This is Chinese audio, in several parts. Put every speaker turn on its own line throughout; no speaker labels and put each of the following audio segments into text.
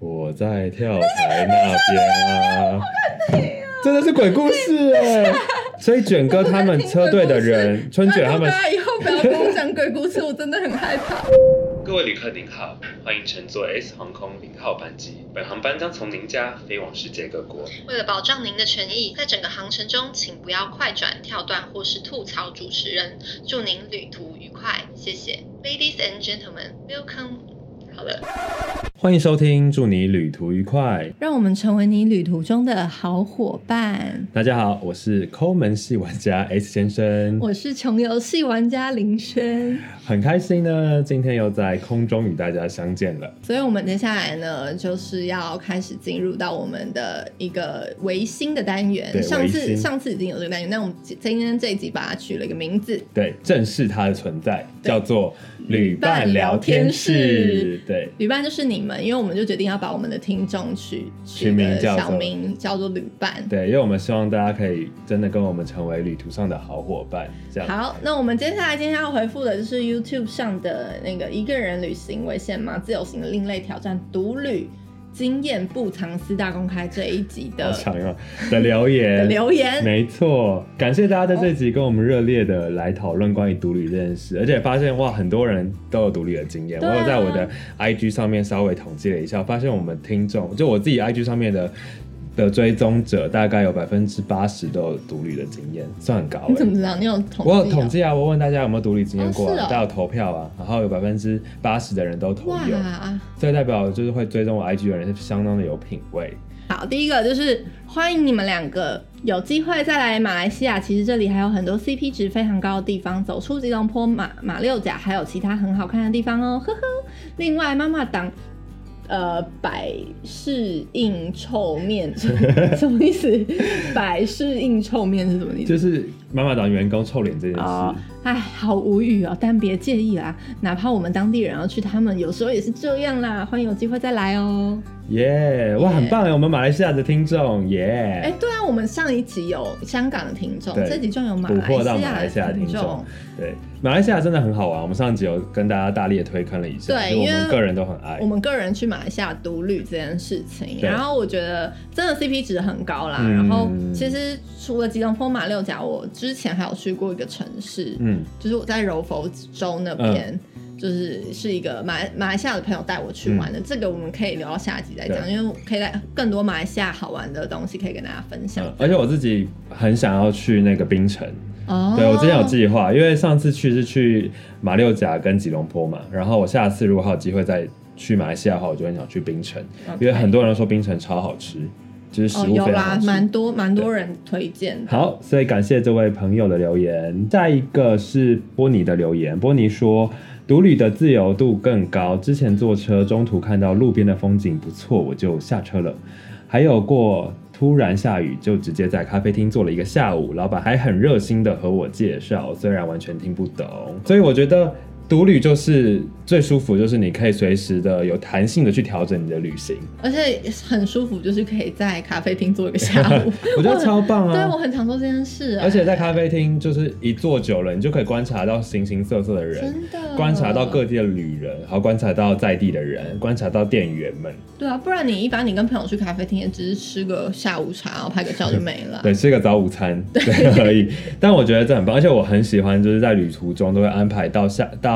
我在跳台那边啊，真的是鬼故事哎、所以卷哥他们车队的人，春卷他们
大家以后不要跟我讲鬼故 事，我真的很害怕。
各位旅客您好，欢迎乘坐 S 航空零号班机，本航班将从您家飞往世界各国。
为了保障您的权益，在整个航程中，请不要快转、跳段或是吐槽主持人。祝您旅途愉快，谢谢，Ladies and gentlemen, welcome。好了，
欢迎收听，祝你旅途愉快。
让我们成为你旅途中的好伙伴。
大家好，我是抠门系玩家 S 先生，
我是穷游戏玩家林轩，
很开心呢，今天又在空中与大家相见了。
所以我们接下来呢，就是要开始进入到我们的一个维新的单元。
对
上
维
次
新
上次已经有这个单元，那我们今今天这一集把它取了一个名字，
对，正视它的存在，
对
叫做旅伴聊天室。对，
旅伴就是你们，因为我们就决定要把我们的听众取取
取名
的
叫做
小名叫做旅伴。
对，因为我们希望大家可以真的跟我们成为旅途上的好伙伴，这样。
好，那我们接下来今天要回复的就是 YouTube 上的那个一个人旅行危险吗？自由行的另类挑战独旅经验不藏私大公开这一集
好
的
长啊的留
的
言，
留言。
没错，感谢大家在这集跟我们热烈的来讨论关于独旅这件事，而且发现哇，很多人都有独旅的经验。
对啊
我有在我的 IG 上面稍微统计了一下，发现我们听众就我自己 IG 上面的的追踪者，大概有百分之八十都有独旅的经验，算很高、欸。
你 怎么知道？你有统计、哦
我有统。计啊，我问大家有没有独立经验过、
哦是
啊，
哦
大家有投票啊，然后有百分之八十的人都投有，
哇！
所以代表就是会追踪我 IG 的人是相当的有品味。
好，第一个就是欢迎你们两个有机会再来马来西亚。其实这里还有很多 CP 值非常高的地方，走出吉隆坡、马马六甲，还有其他很好看的地方哦，呵呵。另外，妈妈档。呃，百事应臭面 什么意思？百事应臭面是什么意思？
就是妈妈党员工臭脸这件事，
哦，哎，好无语哦，但别介意啦，哪怕我们当地人要去，他们有时候也是这样啦。欢迎有机会再来哦。
耶、哇，
耶
很棒哎，我们马来西亚的听众，耶、
哎、对啊，我们上一集有香港的听众，
对
这集就有马
捕获到马
来
来西
西
亚
亚
的
的
听
听
众
众。，
对，马来西亚真的很好玩。我们上集有跟大家大力的推坑了一下，
对
就我
因
们
为
个人都很爱
我。们个人去马来西亚独旅这件事情，
对
然后我觉得真的 CP 值很高啦。
嗯
然后其实除了吉隆坡、马六甲，我之前还有去过一个城市，
嗯，
就是我在柔佛州那边，就是是一个马来马来西亚的朋友带我去玩的。这个我们可以留到下集再讲，
嗯对
因为我可以在更多马来西亚好玩的东西可以跟大家分享。
嗯而且我自己很想要去那个槟城，
哦
嗯对我之前有计划，因为上次去是去马六甲跟吉隆坡嘛，然后我下次如果还有机会再去马来西亚的话，我就很想去槟城，因为很多人都说槟城超好吃，就是
哦
食物
有
非常
啦
好，吃。
蛮多蛮多人推荐的。
好，所以感谢这位朋友的留言。下一个是波尼的留言，波尼说。独旅的自由度更高。之前坐车中途看到路边的风景不错，我就下车了。还有过突然下雨，就直接在咖啡厅坐了一个下午，老板还很热心的和我介绍，虽然完全听不懂，所以我觉得。独旅就是最舒服，就是你可以随时的有弹性的去调整你的旅行，
而且很舒服，就是可以在咖啡厅坐一个下午。
我觉得超棒啊！
对，我很常做这件事、啊
而且在咖啡厅，就是一坐久了，你就可以观察到形形色色的人，
真的
观察到各地的旅人，然后观察到在地的人，观察到店员们，
对啊，不然你一般你跟朋友去咖啡厅也只是吃个下午茶，然后拍个照就没了。啊
对，吃个早午餐，对，可以。但我觉得这很棒，而且我很喜欢，就是在旅途中都会安排到下到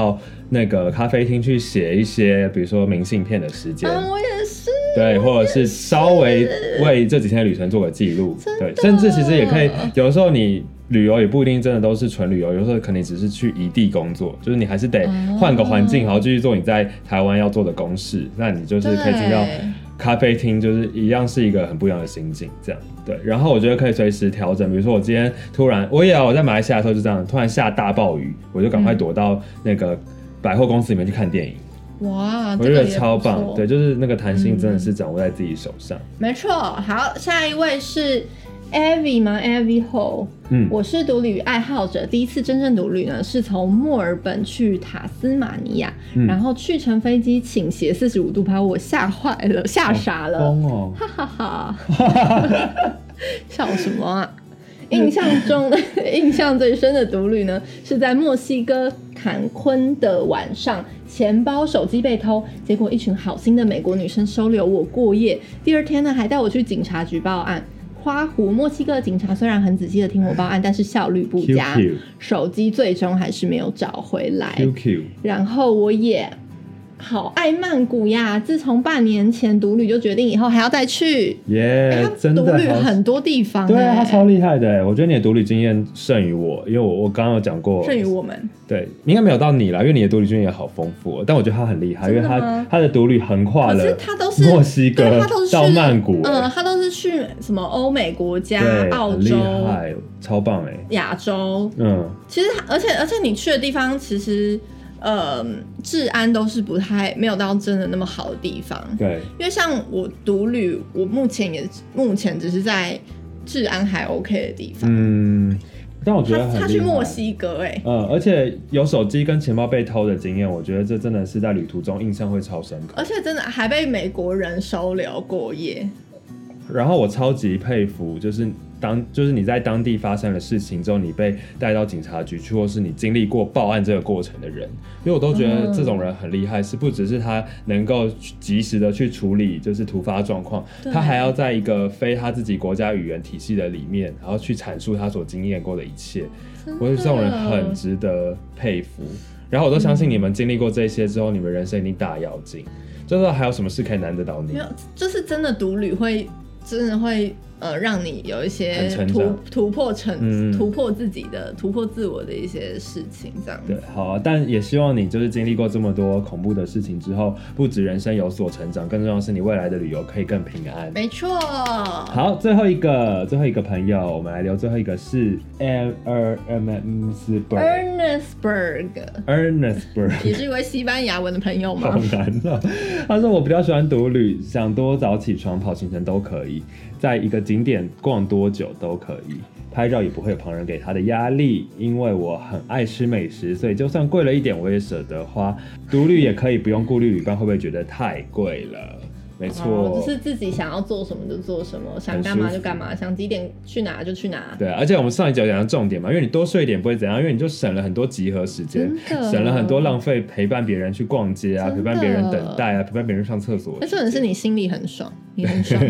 那个咖啡厅去写一些，比如说明信片的时间。
啊，我也是。
对，或者是稍微为这几天的旅程做个记录，对，甚至其实也可以，有时候你旅游也不一定真的都是纯旅游，有时候可能只是去异地工作，就是你还是得换个环境，然后继续做你在台湾要做的公事，那你就是可以进到
对
咖啡厅，就是一样是一个很不一样的心境，这样对。然后我觉得可以随时调整，比如说我今天突然，我也有我在马来西亚的时候就这样，突然下大暴雨，我就赶快躲到那个百货公司里面去看电影，
哇，
我
这
觉
个
得
也不
超棒，
错嗯
对，，就是那个弹性真的是掌握在自己手上。
没错。好，下一位是 Avi 吗？Avi Ho，
嗯，
我是独旅爱好者，第一次真正独旅呢，是从墨尔本去塔斯马尼亚，
嗯
然后去乘飞机倾斜四十五度，把我吓坏了，吓傻了。
疯哦，
哈哈， 笑什 么啊？印象中，印象最深的独旅呢，是在墨西哥坎昆的晚上，钱包、手机被偷，结果一群好心的美国女生收留我过夜。第二天呢，还带我去警察局报案。花湖墨西哥警察虽然很仔细的听我报案，但是效率不佳，
QQ
手机最终还是没有找回来。
QQ
然后我也好爱曼谷呀！自从半年前独旅就决定以后还要再去。哎、
耶
他，
真的
独旅
好
很多地方、
对啊，
哎
他超厉害的欸。我觉得你的独立经验胜于我，因为我我刚刚有讲过，
胜于我们。
对，应该没有到你啦，因为你的独立经验也好丰富哦。但我觉得他很厉害，因
真
为
的吗
他他的独立横跨
可是
了
他都是
墨西哥
对他都是去
到曼谷欸
嗯，他都是去什么欧美国家
对、
澳
很厉
洲、
害，超棒哎。
亚洲。
嗯，
其实它，而且而且你去的地方，其实呃，治安都是不太没有到真的那么好的地方。
对，
因为像我独旅，我目前也目前只是在治安还 OK 的地方。
嗯，但我觉得很厉害
他他去墨。西哥、哎，
嗯，而且有手机跟钱包被偷的经验，我觉得这真的是在旅途中印象会超深刻。
而且真的还被美国人收留过夜。
然后我超级佩服，就是当就是你在当地发生了事情之后，你被带到警察局去，或是你经历过报案这个过程的人，因为我都觉得
嗯
这种人很厉害，是不只是他能够及时的去处理就是突发状况，
对
他还要在一个非他自己国家语言体系的里面，然后去阐述他所经验过的一切。我觉得这种人很值得佩服。然后我都相信你们经历过这些之后，你们人生一定大跃进。就是还有什么事可以难得倒你
没？有，就是真的独旅会真的会呃，让你有一些
很成
突
长
突破成、
嗯
突破自己的突破自我的一些事情，这样子
对，好、啊，但也希望你就是经历过这么多恐怖的事情之后，不止人生有所成长，更重要的是你未来的旅游可以更平安。
没错。好，
好，最后一个，最后一个朋友，我们来聊最后一个是 M 二 M M 是 Berg
Ernest Berg
Ernest
也
Berg。
是一位西班牙文的朋友
好
嘛。
难哦、他说我比较喜欢独旅，想多早起床跑行程都可以，在一个景点逛多久都可以，拍照也不会有旁人给他的压力。因为我很爱吃美食，所以就算贵了一点，我也舍得花。独旅也可以不用顾虑旅伴会不会觉得太贵了。没错，
哦就是自己想要做什么就做什么，想
很
干嘛
舒
就
服
干嘛，想几点去哪就去哪。
对，而且我们上一集有讲到重点嘛，因为你多睡一点不会怎样，因为你就省了很多集合时间
真，的
省了很多浪费陪伴别人去逛街啊，
真
陪
的
伴别人等待啊，陪伴别人上厕所。
那重点是你心里很爽，你 很爽。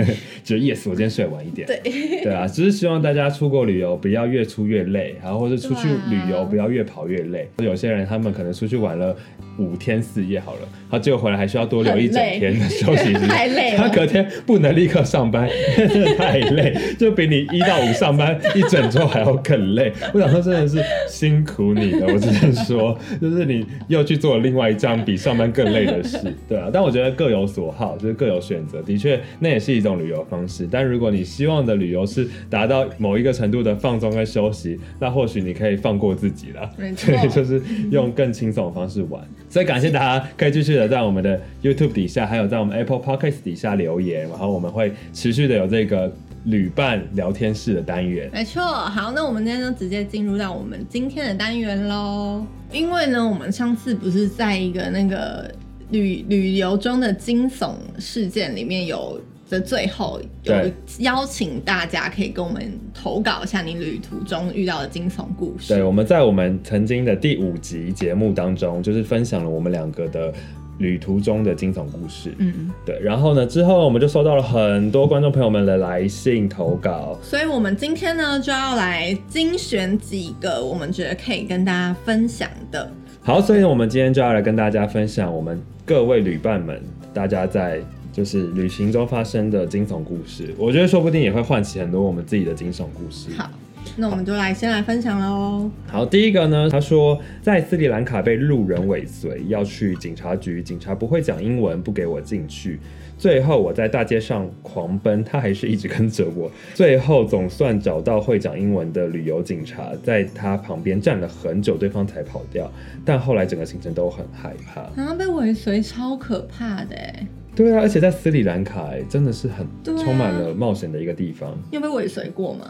就是 yes，我今天睡晚一点。
对，
对啊，只是希望大家出国旅游不要越出越累，然后或者出去
对啊
旅游不要越跑越累。有些人他们可能出去玩了五天四夜好了，他结果回来还需要多留一整天的休息时间。
太累
他隔
了。
天不能立刻上班，真的太累，就比你一到五上班一整周还要更累。我想说真的是辛苦你了，我只能说，就是你又去做另外一项比上班更累的事，对啊。但我觉得各有所好，就是各有选择，的确那也是一种旅游方式。但如果你希望的旅游是达到某一个程度的放松跟休息，那或许你可以放过自己啦。
没错
所以就是用更轻松的方式玩。所以感谢大家，可以继续的在我们的 YouTube 底下，还有在我们 Apple Podcast 底下留言，然后我们会持续的有这个旅伴聊天室的单元。
没错，好，那我们今天就直接进入到我们今天的单元喽。因为呢，我们上次不是在一个那个旅旅游中的惊悚事件里面有的最后有
对
邀请大家可以跟我们投稿一下你旅途中遇到的惊悚故事。
对，我们在我们曾经的第五集节目当中，就是分享了我们两个的旅途中的惊悚故事。
嗯，
对，然后呢，之后我们就收到了很多观众朋友们的来信投稿，
所以我们今天呢就要来精选几个我们觉得可以跟大家分享的。
好，所以我们今天就要来跟大家分享我们各位旅伴们，大家在就是旅行中发生的惊悚故事。我觉得说不定也会唤起很多我们自己的惊悚故事。
好，那我们就来先来分享喽。
好，第一个呢，他说在斯里兰卡被路人尾随，要去警察局，警察不会讲英文，不给我进去。最后我在大街上狂奔，他还是一直跟着我。最后总算找到会讲英文的旅游警察，在他旁边站了很久，对方才跑掉。但后来整个行程都很害怕。
好啊像被尾随超可怕的哎，
对啊，而且在斯里兰卡、欸，真的是很、
对啊
充满了冒险的一个地方。
你有被尾随过吗？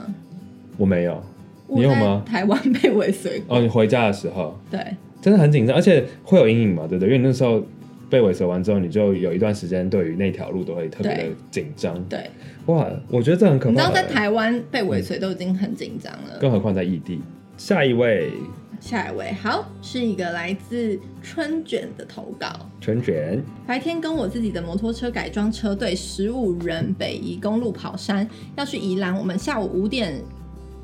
我没有，你有吗
我在台湾被尾随过，
哦，你回家的时候
对，
真的很紧张，而且会有阴影嘛，对不对？因为你那时候被尾随完之后，你就有一段时间对于那条路都会特别的
对
紧张。
对，
哇，我觉得这很可
你知
怕、
道
欸。
在台湾被尾随都已经很紧张了，
更何况在异地。下一位，
下一位，好，是一个来自春卷的投稿。
春卷，
白天跟我自己的摩托车改装车队十五人北宜公路跑山，要去宜兰。我们下午五点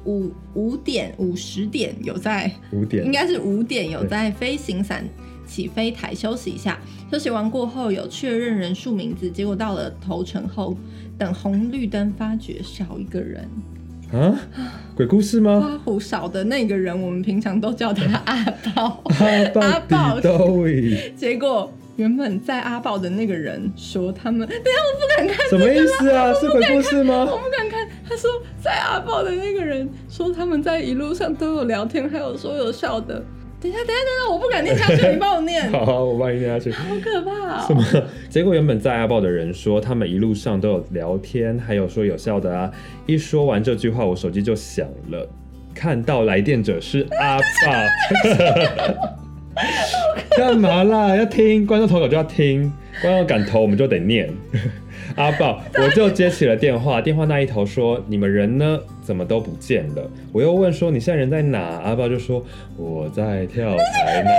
五五点五十点有在
五点，
应该是五点有在飞行伞起飞台休息一下，休息完过后有确认人数名字，结果到了头城后，等红绿灯发觉少一个人，
啊，鬼故事吗？
花虎少的那个人，我们平常都叫他阿豹，
阿
阿
豹
豹
底兜 里，
结果原本在阿豹的那个人说他们，等一下我不敢看，
什么意思啊？是鬼故事吗？
我不敢看，他说在阿豹的那个人说他们在一路上都有聊天，还有说有笑的。等一下，等一下，等一下，我不敢念下去，你帮我念，好
好好，我帮你念下去。
可怕、哦。
什么？ 结果原本在阿豹的人说，他们一路上都有聊天，还有说有笑的啊。一说完这句话，我手机就响了，看到来电者是阿豹。干嘛啦？要听观众投稿就要听，观众敢投我们就得念。阿豹，我就接起了电话，电话那一头说：“你们人呢？怎么都不见了？”我又问说：“你现在人在哪？”阿豹就说：“我在跳台那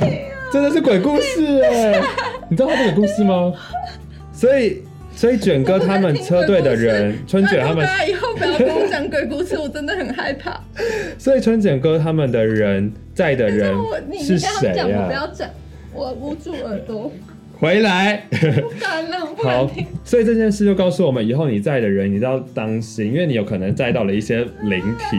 边啊。”真的是鬼故事哎、你知道他这个故事吗？所以，所以卷哥他们车队的 人，春卷他们
拜托大家以后不要跟我讲鬼故事，我真的很害怕。
所以春卷哥他们的人在的
但
人
我你
是
你这样
谁啊
讲，我不
呀、
要讲，我捂住耳朵，
回来，
不敢了，我不敢
好
听。，
所以这件事就告诉我们，以后你在的人，你都要当心，因为你有可能载到了一些灵体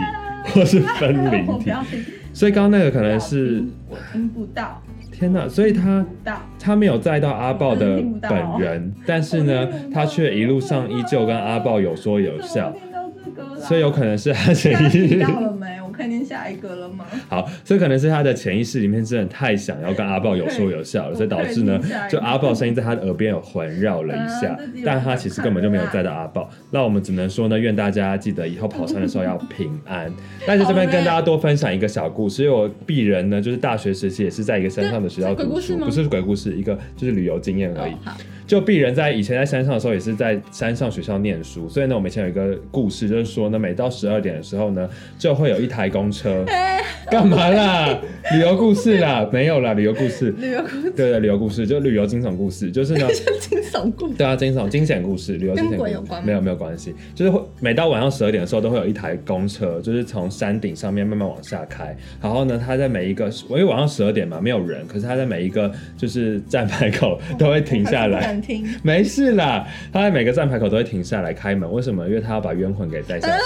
或是分灵
我不
体
要。听，
所以刚刚那个可能是
我听不到，
天哪，所以他
不到。
他没有载到阿豹的本
我
人，但是呢，他却一路上依旧跟阿豹有说有笑。
怎么听到这个啦
所以有可能是他潜
大家
意
听
识，
到了没？我看见下一个了吗？
好，所以可能是他的潜意识里面真的太想要跟阿豹有说有笑了，所以导致呢
我可以理解，
就阿豹声音在他的耳边有环绕了一下
啊自己，有
但他其实根本就没有载到阿豹。那我们只能说呢，愿大家记得以后跑山的时候要平安。那在这边跟大家多分享一个小故事，因为我鄙人呢，就是大学时期也是在一个山上的学校
哦这是鬼
读
故事
书，
吗
不是鬼故事，一个就是旅游经验而已
哦。好，
就鄙人在以前在山上的时候，也是在山上学校念书，所以呢，我们以前有一个故事，就是说呢，每到十二点的时候呢，就会有一台公 车，
哎，
干嘛啦？旅游故事啦，没有啦，旅游故事，
旅游故事
对对，旅游故事就旅游惊悚故事，就是 呢。
惊悚故事，
对啊，惊悚惊险故事，旅游惊险
跟
故
鬼
事
有关吗
没有没有关系，就是会每到晚上十二点的时候，都会有一台公车，就是从山顶上面慢慢往下开。然后呢，它在每一个，因为晚上十二点嘛，没有人，可是它在每一个就是站牌
哦
口都会停下
我还
来
是不。敢听。
没事啦，他在每个站牌口都会停下来开门，为什么？因为他要把冤魂给带下山，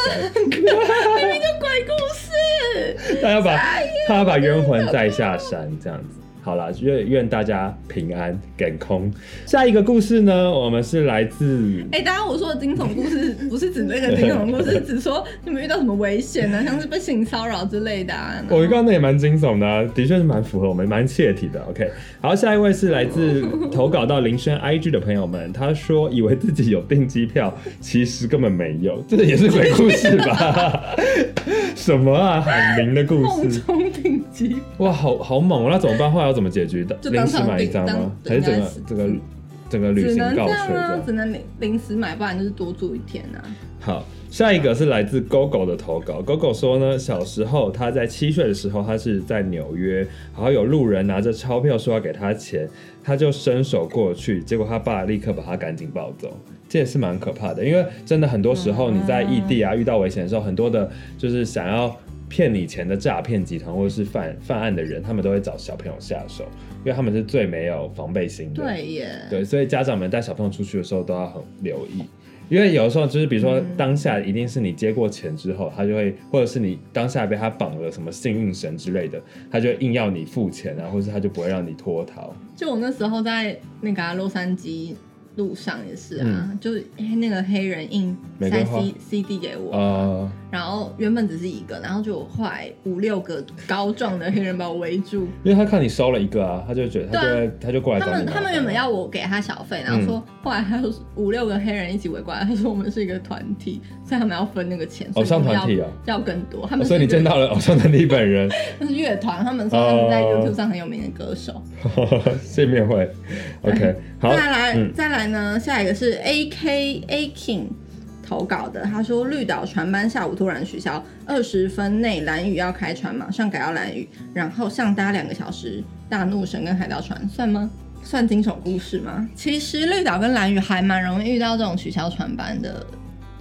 明明就鬼故事，
他要把他要把冤魂带下山，这样子。好啦，愿愿大家平安健空。下一个故事呢，我们是来自
哎、当然我说的惊悚故事不是指那个惊悚故事，只说你们遇到什么危险啊，像是被性骚扰之类的啊。
我刚刚那也蛮惊悚的、啊，的确是蛮符合我们蛮切题的。OK，好，下一位是来自投稿到林轩 IG 的朋友们，他说以为自己有订机票，其实根本没有，这也是鬼故事吧？什么啊，喊灵的故
梦
事，
中顶级，
哇，好好猛、哦！那怎么办？后来要怎么解决？
就
临
当
时
场
买一
订
张
当
吗？还
对
是整个
应该是
整个整个旅
只
行
能这
告吹
样
这样
啊，只能临临时买，不然就是多住一天啊。
好，下一个是来自 GoGo 的投稿。GoGo 说呢，小时候他在七岁的时候，他是在纽约，然后有路人拿着钞票说要给他钱，他就伸手过去，结果他爸立刻把他赶紧抱走。这也是蛮可怕的，因为真的很多时候你在异地啊遇到危险的时候，很多的就是想要骗你钱的诈骗集团或者是犯犯案的人，他们都会找小朋友下手，因为他们是最没有防备心的。
对耶，
对，所以家长们带小朋友出去的时候都要很留意，因为有的时候就是比如说
嗯
当下一定是你接过钱之后，他就会，或者是你当下被他绑了什么幸运绳之类的，他就硬要你付钱啊，或者是他就不会让你脱逃。
就我那时候在那个啊、洛杉矶路上也是啊，就黑那个黑人印
嗯玫瑰
塞
花
C C D 给我，
呃，
然后原本只是一个，然后就后来五六个高壮的黑人把我围住，
因为他看你收了一个啊，他就觉得他就
对
会、他就过来
他
找你
们
麻烦啊。
他们原本要我给他小费，然后说、
嗯
后来他就五六个黑人一起围过来，他说我们是一个团体，所以他们要分那个钱，
偶像团体
啊
哦，
要更多。他
哦
们
所以你见到了偶像团体本人，
那是乐团，他们说他们在
哦
YouTube 上很有名的歌手。
见 面会，OK，好，
再来、
嗯
再来呢，下一个是 A K A King。投稿的，他说绿岛船班下午突然取消，二十分内蓝雨要开船，马上改到蓝雨，然后上搭两个小时，大怒神跟海盗船算吗？算惊悚故事吗？其实绿岛跟蓝屿还蛮容易遇到这种取消船班的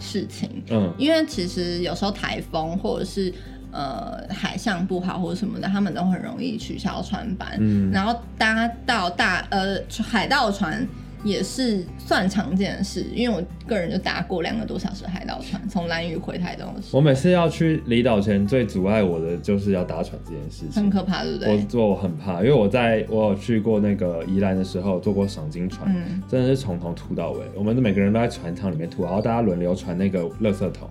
事情，
嗯，
因为其实有时候台风或者是呃海象不好或者什么的，他们都很容易取消船班。
嗯
然后搭到大呃海盗船也是算常见的事，因为我个人就搭过两个多小时海盗船，从蓝屿回台东的时
我
候，
每次要去离岛前，最阻碍我的就是要搭船这件事情。
很可怕，对不
我
对？
做我很怕，因为我在我有去过那个宜兰的时候，坐过赏金船，
嗯，
真的是从头吐到尾。我们每个人都在船舱里面吐，然后大家轮流传那个垃圾桶，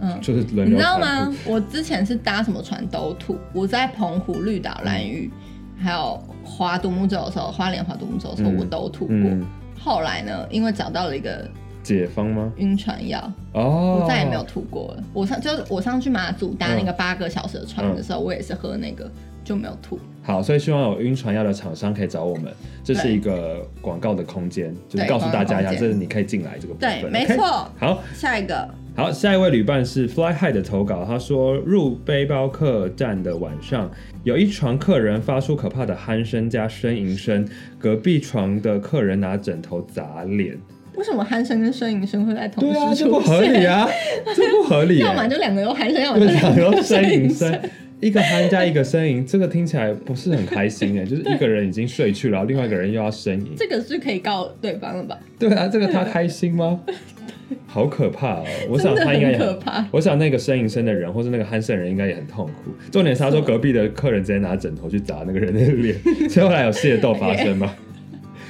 嗯
就是轮
你
流
知道
传
吗
吐。？
我之前是搭什么船都吐。我在澎湖、绿岛、蓝
嗯
屿，还有划独木舟的时候，花莲划独木舟的时候，
嗯
我都吐过。
嗯，
后来呢，因为找到了一个
解放吗？
晕船药，
哦，
我再也没有吐过了。我上就是我上去马祖搭那个八个小时的船的时候，我也是喝那个就没有吐。
好，所以希望有晕船药的厂商可以找我们，这是一个广告的空间，就是
对
告诉大家一
广告
下，
空间
这是你可以进来这个部分。
对，没
OK？
错。
好，
下一个，
好，下一位旅伴是 Fly High 的投稿，他说入背包客栈的晚上，有一床客人发出可怕的鼾声加呻吟声，隔壁床的客人拿枕头砸脸。
为什么鼾声跟呻吟声会在同
对
时
啊，
出现？
这不合理！啊，这不合理、欸。
要么就两个有鼾声，要么
对啊
就
然
两个
后
有
呻吟
声
声。，啊一个鼾加一个呻吟，这个听起来不是很开 心哎，就是一个人已经睡去了，然后另外一个人又要呻吟。
这个是可以告对方了吧？
对啊，这个他开心 吗？好可怕哦！我想他应该也
真的很可怕
我想那个呻吟声的人或是那个鼾声的人应该也很痛苦。重点是他说隔壁的客人直接拿枕头去砸那个人的 脸，所以后来有械斗发生吗？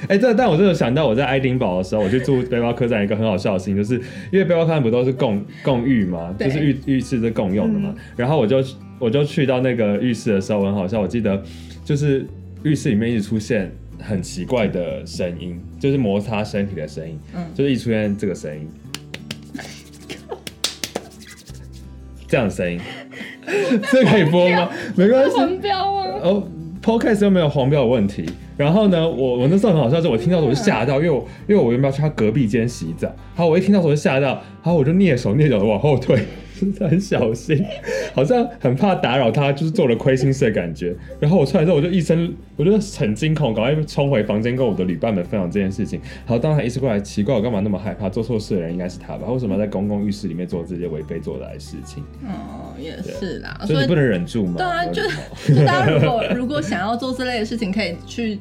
哎、这但我真的想到我在爱丁堡的时候，我去住背包客栈，一个很好笑的事情，就是因为背包客栈不都是共共浴吗？
对嗯
就是浴浴室是共用的嘛。然后我就我就去到那个浴室的时候，很好笑，我记得就是浴室里面一直出现很奇怪的声音，就是摩擦身体的声音，
嗯
就是一出现这个声音，这样的声音， 这可以播吗？没关系，
黄标吗？
哦，Podcast 又没有黄标的问题。然后呢，我我那时候很好笑，是我听到的时候我就吓到，因为我因为我原本要去他隔壁间洗澡，然后我一听到的时候就吓到，然后我就蹑手蹑脚的往后退， 就是很小心，好像很怕打扰他，就是做了亏心事的感觉。然后我出来之后，我就一身我就很惊恐，赶快冲回房间跟我的旅伴们分享这件事情。然后当他意识过来，奇怪，我干嘛那么害怕？做错事的人应该是他吧？为什么要在公共浴室里面做这些为非作歹的事情？
哦，也是啦，
所以
所
你
以
不能忍住吗？
对啊，
我
就
的 妈
就大家如果如果想要做这类的事情，可以去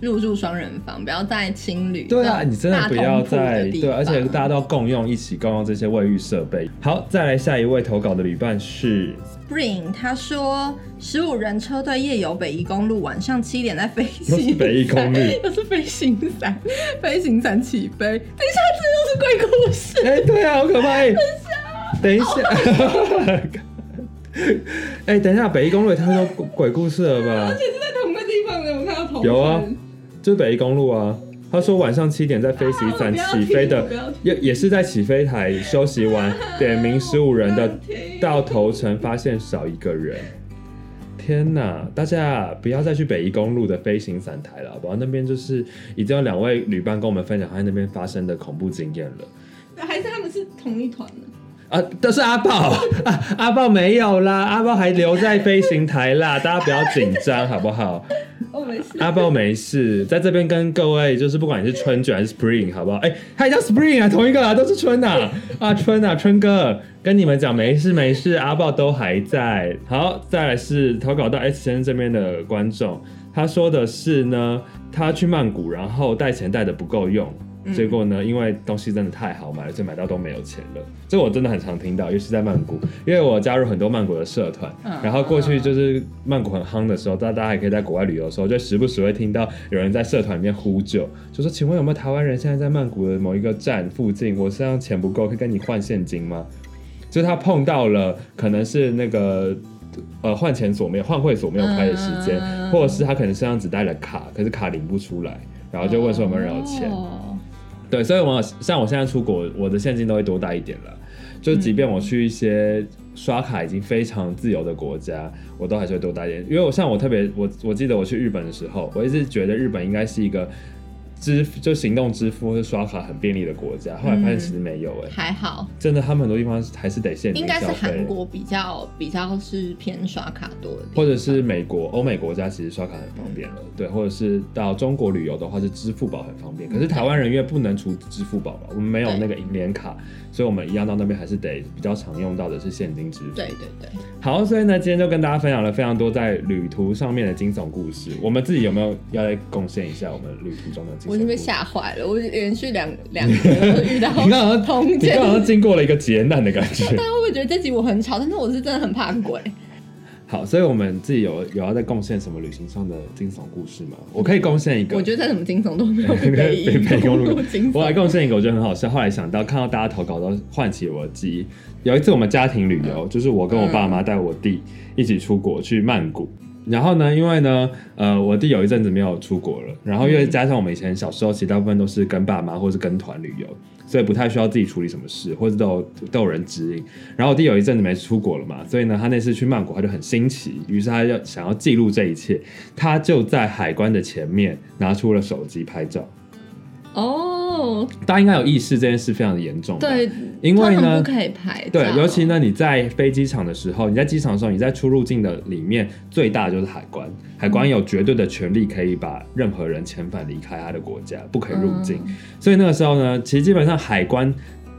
入住双人房，不要在情侣
对啊，
这种
你真的
大
不要
通铺的
再
地
对，而且
方
大家都要共用一起共用这些卫浴设备。好，再来下一位投稿的旅伴 是
Spring 他说十五人车队夜游北宜公路，晚上七点在飞
又是
行
北宜公路
又是飞行伞，飞行伞起飞，等一下这又是鬼故事。
哎、对啊，好可怕！哎等一下， 哎、等一下，北一公路也太多鬼故事了吧？
也是在同个地方的，我看到同
有啊就是北一公路啊。他说晚上七点在飞行伞起飞
啊我
的
不要听，
也也是在起飞台休息完，点名十五人
哦
的到头城，发现少一个人。天呐！大家不要再去北宜公路的飞行伞台了，好不好？那边就是已经有两位旅伴跟我们分享他在那边发生的恐怖经验了。
还是他们是同一团的。
啊，都是阿豹 啊，阿豹没有啦，阿豹还留在飞行台啦，大家不要紧张，好不好？
我哦没事，
阿豹没事，在这边跟各位就是不管你是春卷还是 Spring，好不好？哎、他也叫 Spring 啊，同一个啊，都是春呐、啊，春啊，春哥，跟你们讲没事没事，阿豹都还在。好，再来是投稿到 S 先生这边的观众，他说的是呢，他去曼谷，然后带钱带的不够用。结果呢？因为东西真的太好买了，所以买到都没有钱了。这我真的很常听到，尤其在曼谷，因为我加入很多曼谷的社团，
嗯
然后过去就是曼谷很夯的时候，大大家也可以在国外旅游的时候，就时不时会听到有人在社团里面呼救，就说：“请问有没有台湾人现在在曼谷的某一个站附近？我身上钱不够，可以跟你换现金吗？”就是他碰到了，可能是那个呃换钱所没有换汇所没有开的时间，
嗯
或者是他可能身上只带了卡，可是卡领不出来，然啊后就问说有没有人有钱。
哦
对，所以我像我现在出国，我的现金都会多带一点了。就即便我去一些刷卡已经非常自由的国家，我都还是会多带一点，因为我像我特别，我我记得我去日本的时候，我一直觉得日本应该是一个支付就行动支付或是刷卡很便利的国家，后来发现其实没有哎、
还好，
真的他们很多地方还是得现
应
金
该是
消
韩
费。
国比较比较是偏刷卡多的地方，
或者是美国、欧美国家其实刷卡很方便了，对，或者是到中国旅游的话是支付宝很方便，可是台湾人因为不能出支付宝嘛，我们没有
对
那个银联卡，所以我们一样到那边还是得比较常用到的是现金支付。
对对对，
好，所以呢，今天就跟大家分享了非常多在旅途上面的惊悚故事。我们自己有没有要来贡献一下我们旅途中的惊悚故事？
我是被吓坏了，我连续两两个都遇到
你刚好像
同
你啊
件
刚好像经过了一个劫难的感觉
大。家会不会觉得这集我很吵？但是我是真的很怕鬼。
好，所以我们自己有有要再贡献什么旅行上的惊悚故事吗？我可以贡献一个，
我觉得再怎么惊悚都没有被
被被公路
惊
我来
悚。
贡献一个，我觉得很好笑。后来想到看到大家投稿，都唤起我的记忆。有一次我们家庭旅游，就是我跟我爸妈带我弟一起出国去曼谷。然后呢，因为呢，呃，我弟有一阵子没有出国了，然后因为加上我们以前小时候，其实大部分都是跟爸妈或是跟团旅游，所以不太需要自己处理什么事，或者都有都有人指引。然后我弟有一阵子没出国了嘛，所以呢，他那次去曼谷他就很新奇，于是他要想要记录这一切，他就在海关的前面拿出了手机拍照。
哦，
大家应该有意识这件事非常的严重吧，
对，
因为呢
通常不可以拍照，
对，尤其呢，你在飞机场的时候，你在机场的时候，你在出入境的里面，最大的就是海关，海关有绝对的权利可以把任何人遣返离开他的国家，不可以入境。
嗯
所以那个时候呢，其实基本上海关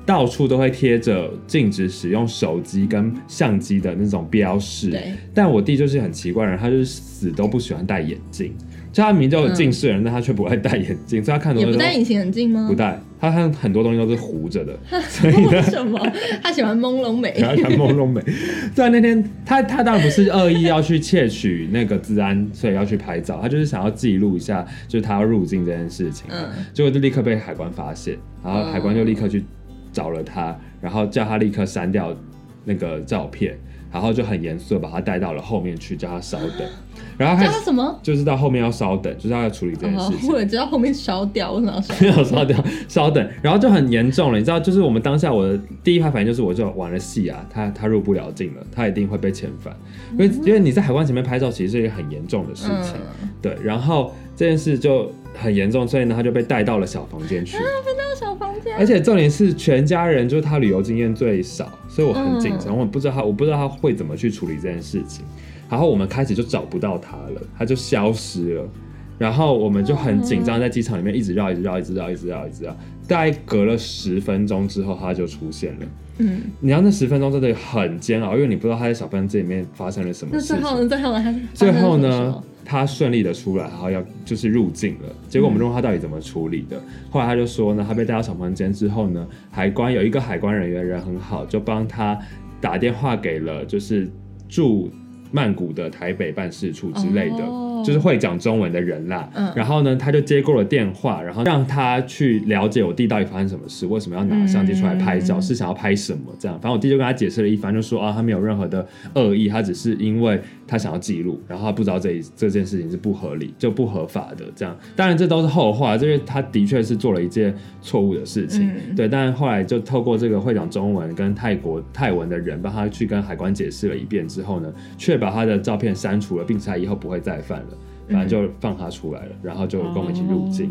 到处都会贴着禁止使用手机跟相机的那种标示，
对，
但我弟就是很奇怪的人，他就是死都不喜欢戴眼镜，就他明明就有近视的人，但他却不爱戴眼镜，所以他看很
嗯也
多
不
东
戴
西
隐形眼镜吗？
都不戴，他看很多东西都是糊着的。
为什么？他喜欢朦胧美
给。他看朦胧美。 虽然那天他他当然不是恶意要去窃取那个治安，所以要去拍照，他就是想要记录一下，就是他要入境这件事情。
嗯，
结果就立刻被海关发现，然后海关就立刻去找了他，然后叫他立刻删掉那个照片，然后就很严肃的把他带到了后面去，叫他稍等，然后他
啊叫
开
他
始
什么？
就是到后面要稍等，就是他要处理这件
哦
事，情
我。也知道后面烧掉，我想说，
没有烧掉，稍等，然后就很严重了，你知道，就是我们当下我的第一拍反应就是，我就玩了戏啊，他他入不了境了，他一定会被遣返，因为因为你在海关前面拍照，其实是一个很严重的事情，
嗯，
对，然后这件事就很严重，所以呢，他就被带到了小房间去，
那小房间
而且重点是全家人就是他旅游经验最少，所以我很紧张，我不知道他我不知道他会怎么去处理这件事情。然后我们开始就找不到他了，他就消失了。然后我们就很紧张，在机场里面一直绕，一直绕，一直绕，一直绕，一直绕。大概隔了十分钟之后，他就出现了。
嗯，
你知道那十分钟真的很煎熬，因为你不知道他在小房间里面发生了什么
那
事
最后
情。
呢？最后呢？他
最后
发生了什么
呢
事，
他顺利的出来，然后要就是入境了。结果我们就问他到底怎么处理的，后来他就说呢，他被带到小房间之后呢，海关有一个海关人员人很好，就帮他打电话给了就是驻曼谷的台北办事处之类的，
哦
就是会讲中文的人啦。
嗯
然后呢，他就接过了电话，然后让他去了解我弟到底发生什么事，为什么要拿相机出来拍照，
嗯
是想要拍什么这样。反正我弟就跟他解释了一番，就说啊，他没有任何的恶意，他只是因为他想要记录，然后他不知道这一这件事情是不合理就不合法的这样。当然这都是后话，就是他的确是做了一件错误的事情，
嗯
对。但后来就透过这个会讲中文跟泰国泰文的人帮他去跟海关解释了一遍之后呢，确把他的照片删除了，并且他以后不会再犯了。反正就放他出来了，然后就跟我们一起入境。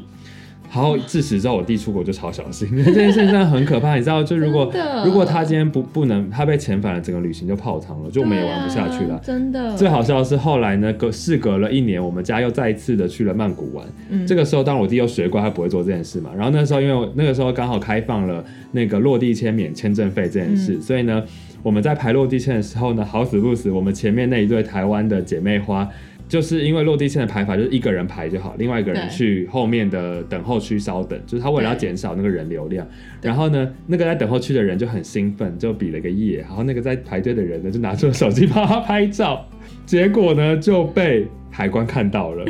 然后自此之后，我弟出国就超小心， 这件事情真的很可怕。你知道，就如果
真的
如果他今天不不能，他被遣返了，整个旅行就泡汤了，就我们也玩不下去
对
了
啊。真的。
最好笑的是，后来呢，隔事隔了一年，我们家又再一次的去了曼谷玩。
嗯
这个时候，当然我弟又学乖，他不会做这件事嘛。然后那时候，因为我那个时候刚好开放了那个落地签免签证费这件事，
嗯
所以呢，我们在排落地签的时候呢，好死不死，我们前面那一对台湾的姐妹花，就是因为落地签的排法就是一个人排就好，另外一个人
对
去后面的等候区稍等，就是他为了要
对
减少那个人流量。然后呢，那个在等候区的人就很兴奋，就比了个耶，然后那个在排队的人呢，就拿出了手机帮他拍照。结果呢就被海关看到 了，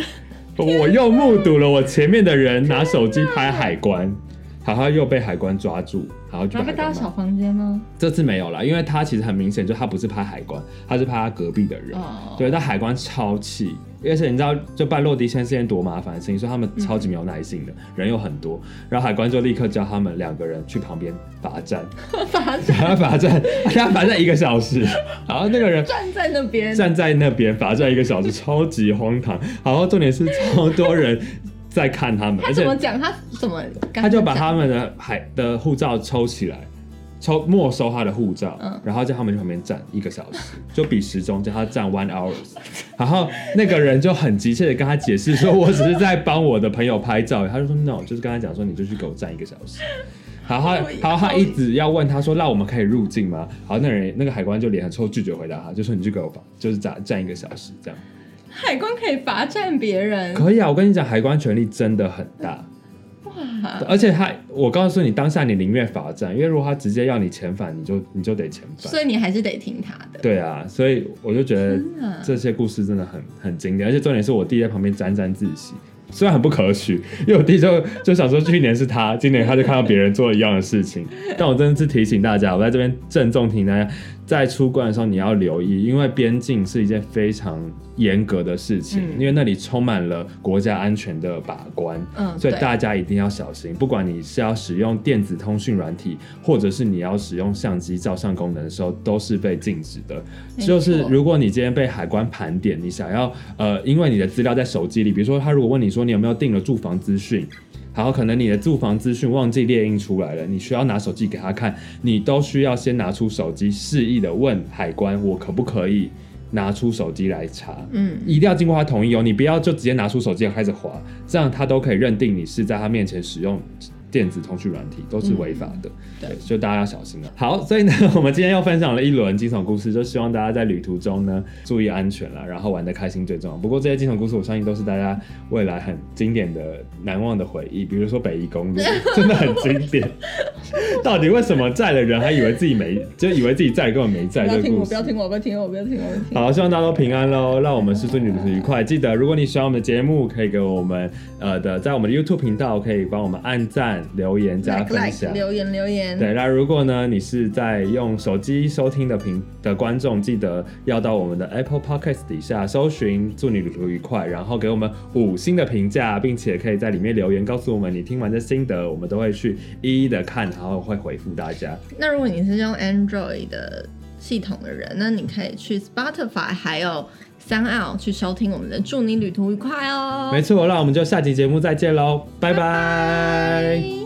我又目睹了我前面的人拿手机拍海关，然后又被海关抓住，然后就
然后
被
被
海
带到
关
小
骂。
房间吗？
这次没有啦，因为他其实很明显，就他不是拍海关，他是拍他隔壁的人。
哦，
对，但海关超气，而且你知道，就办落地签是件多麻烦的事情，所以他们超级没有耐心的，
嗯
人又很多，然后海关就立刻叫他们两个人去旁边罚站，
罚
他罚站， 他罚站一个小时，然后那个人
站在那边，
站在那边罚站一个小时，超级荒唐。然后重点是超多人在看他们，
他
而
怎
且
么讲？他怎么刚刚讲？
他就把他们的海的护照抽起来，抽没收他的护照，
嗯
然后叫他们去旁边站一个小时， 就比时钟叫他站 one hours，然后那个人就很急切的跟他解释说，我只是在帮我的朋友拍照，他就说 no，就是跟他讲说你就去给我站一个小 时。然后
我以为
他，然后他一直要问他说：“那我们可以入境吗？”然后那人那个海关就脸很臭，拒绝回答他，就说：“你去给我吧，就是站站一个小时这样。”
海关可以罚站别人，
可以啊，我跟你讲，海关权力真的很大。
哇！
而且他，我告诉你，当下你宁愿罚站，因为如果他直接要你遣返，你就你就得遣返。
所以你嗯还是得听他的。
对啊，所以我就觉得
天哪
这些故事真的很很经典，而且重点是我弟在旁边沾沾自喜，虽然很不可取，因为我弟就就想说去年是他，今年他就看到别人做一样的事情。但我真的是提醒大家，我在这边郑重提醒大家，在出关的时候你要留意，因为边境是一件非常严格的事情，
嗯
因为那里充满了国家安全的把关。
嗯，
所以
对
大家一定要小心，不管你是要使用电子通讯软体，或者是你要使用相机照相功能的时候，都是被禁止的。
没
就是
错
如果你今天被海关盘点，你想要呃，因为你的资料在手机里，比如说他如果问你说你有没有订了住房资讯。然后可能你的住房资讯忘记列印出来了，你需要拿手机给他看，你都需要先拿出手机，示意的问海关，我可不可以拿出手机来查？
嗯，
一定要经过他同意哦，你不要就直接拿出手机开始滑，这样他都可以认定你是在他面前使用电子通讯软体，都是违法的。
嗯对，
所以大家要小心啊。好，所以呢，我们今天又分享了一轮惊悚故事，就希望大家在旅途中呢注意安全啦，然后玩的开心最重要。不过这些惊悚故事，我相信都是大家未来很经典的、难忘的回忆，比如说北宜公路， 真的很经典。到底为什么载的人还以为自己没，就以为自己载根本没
不
载这
要
个
听
故
我，
事
不要？听我，不要听我，不要听我，不要听我。
好，希望大家都平安喽。让我们祝你旅途愉快。记得，如果你喜欢我们的节目，可以给我们呃的，在我们的 YouTube 频道可以帮我们按赞、留言、加
like
分
like
享。
留言留言，
对，那如果呢，你是在用手机收听的频的观众，记得要到我们的 Apple Podcast 底下搜寻“祝你旅途愉快”，然后给我们五星的评价，并且可以在里面留言告诉我们你听完的心得，我们都会去一一的看，然后会回复大家。
那如果你是用 Android 的系统的人，那你可以去 Spotify 还有三奥去收听我们的“祝你旅途愉快”哦。
没错，那我们就下集节目再见喽，拜拜
拜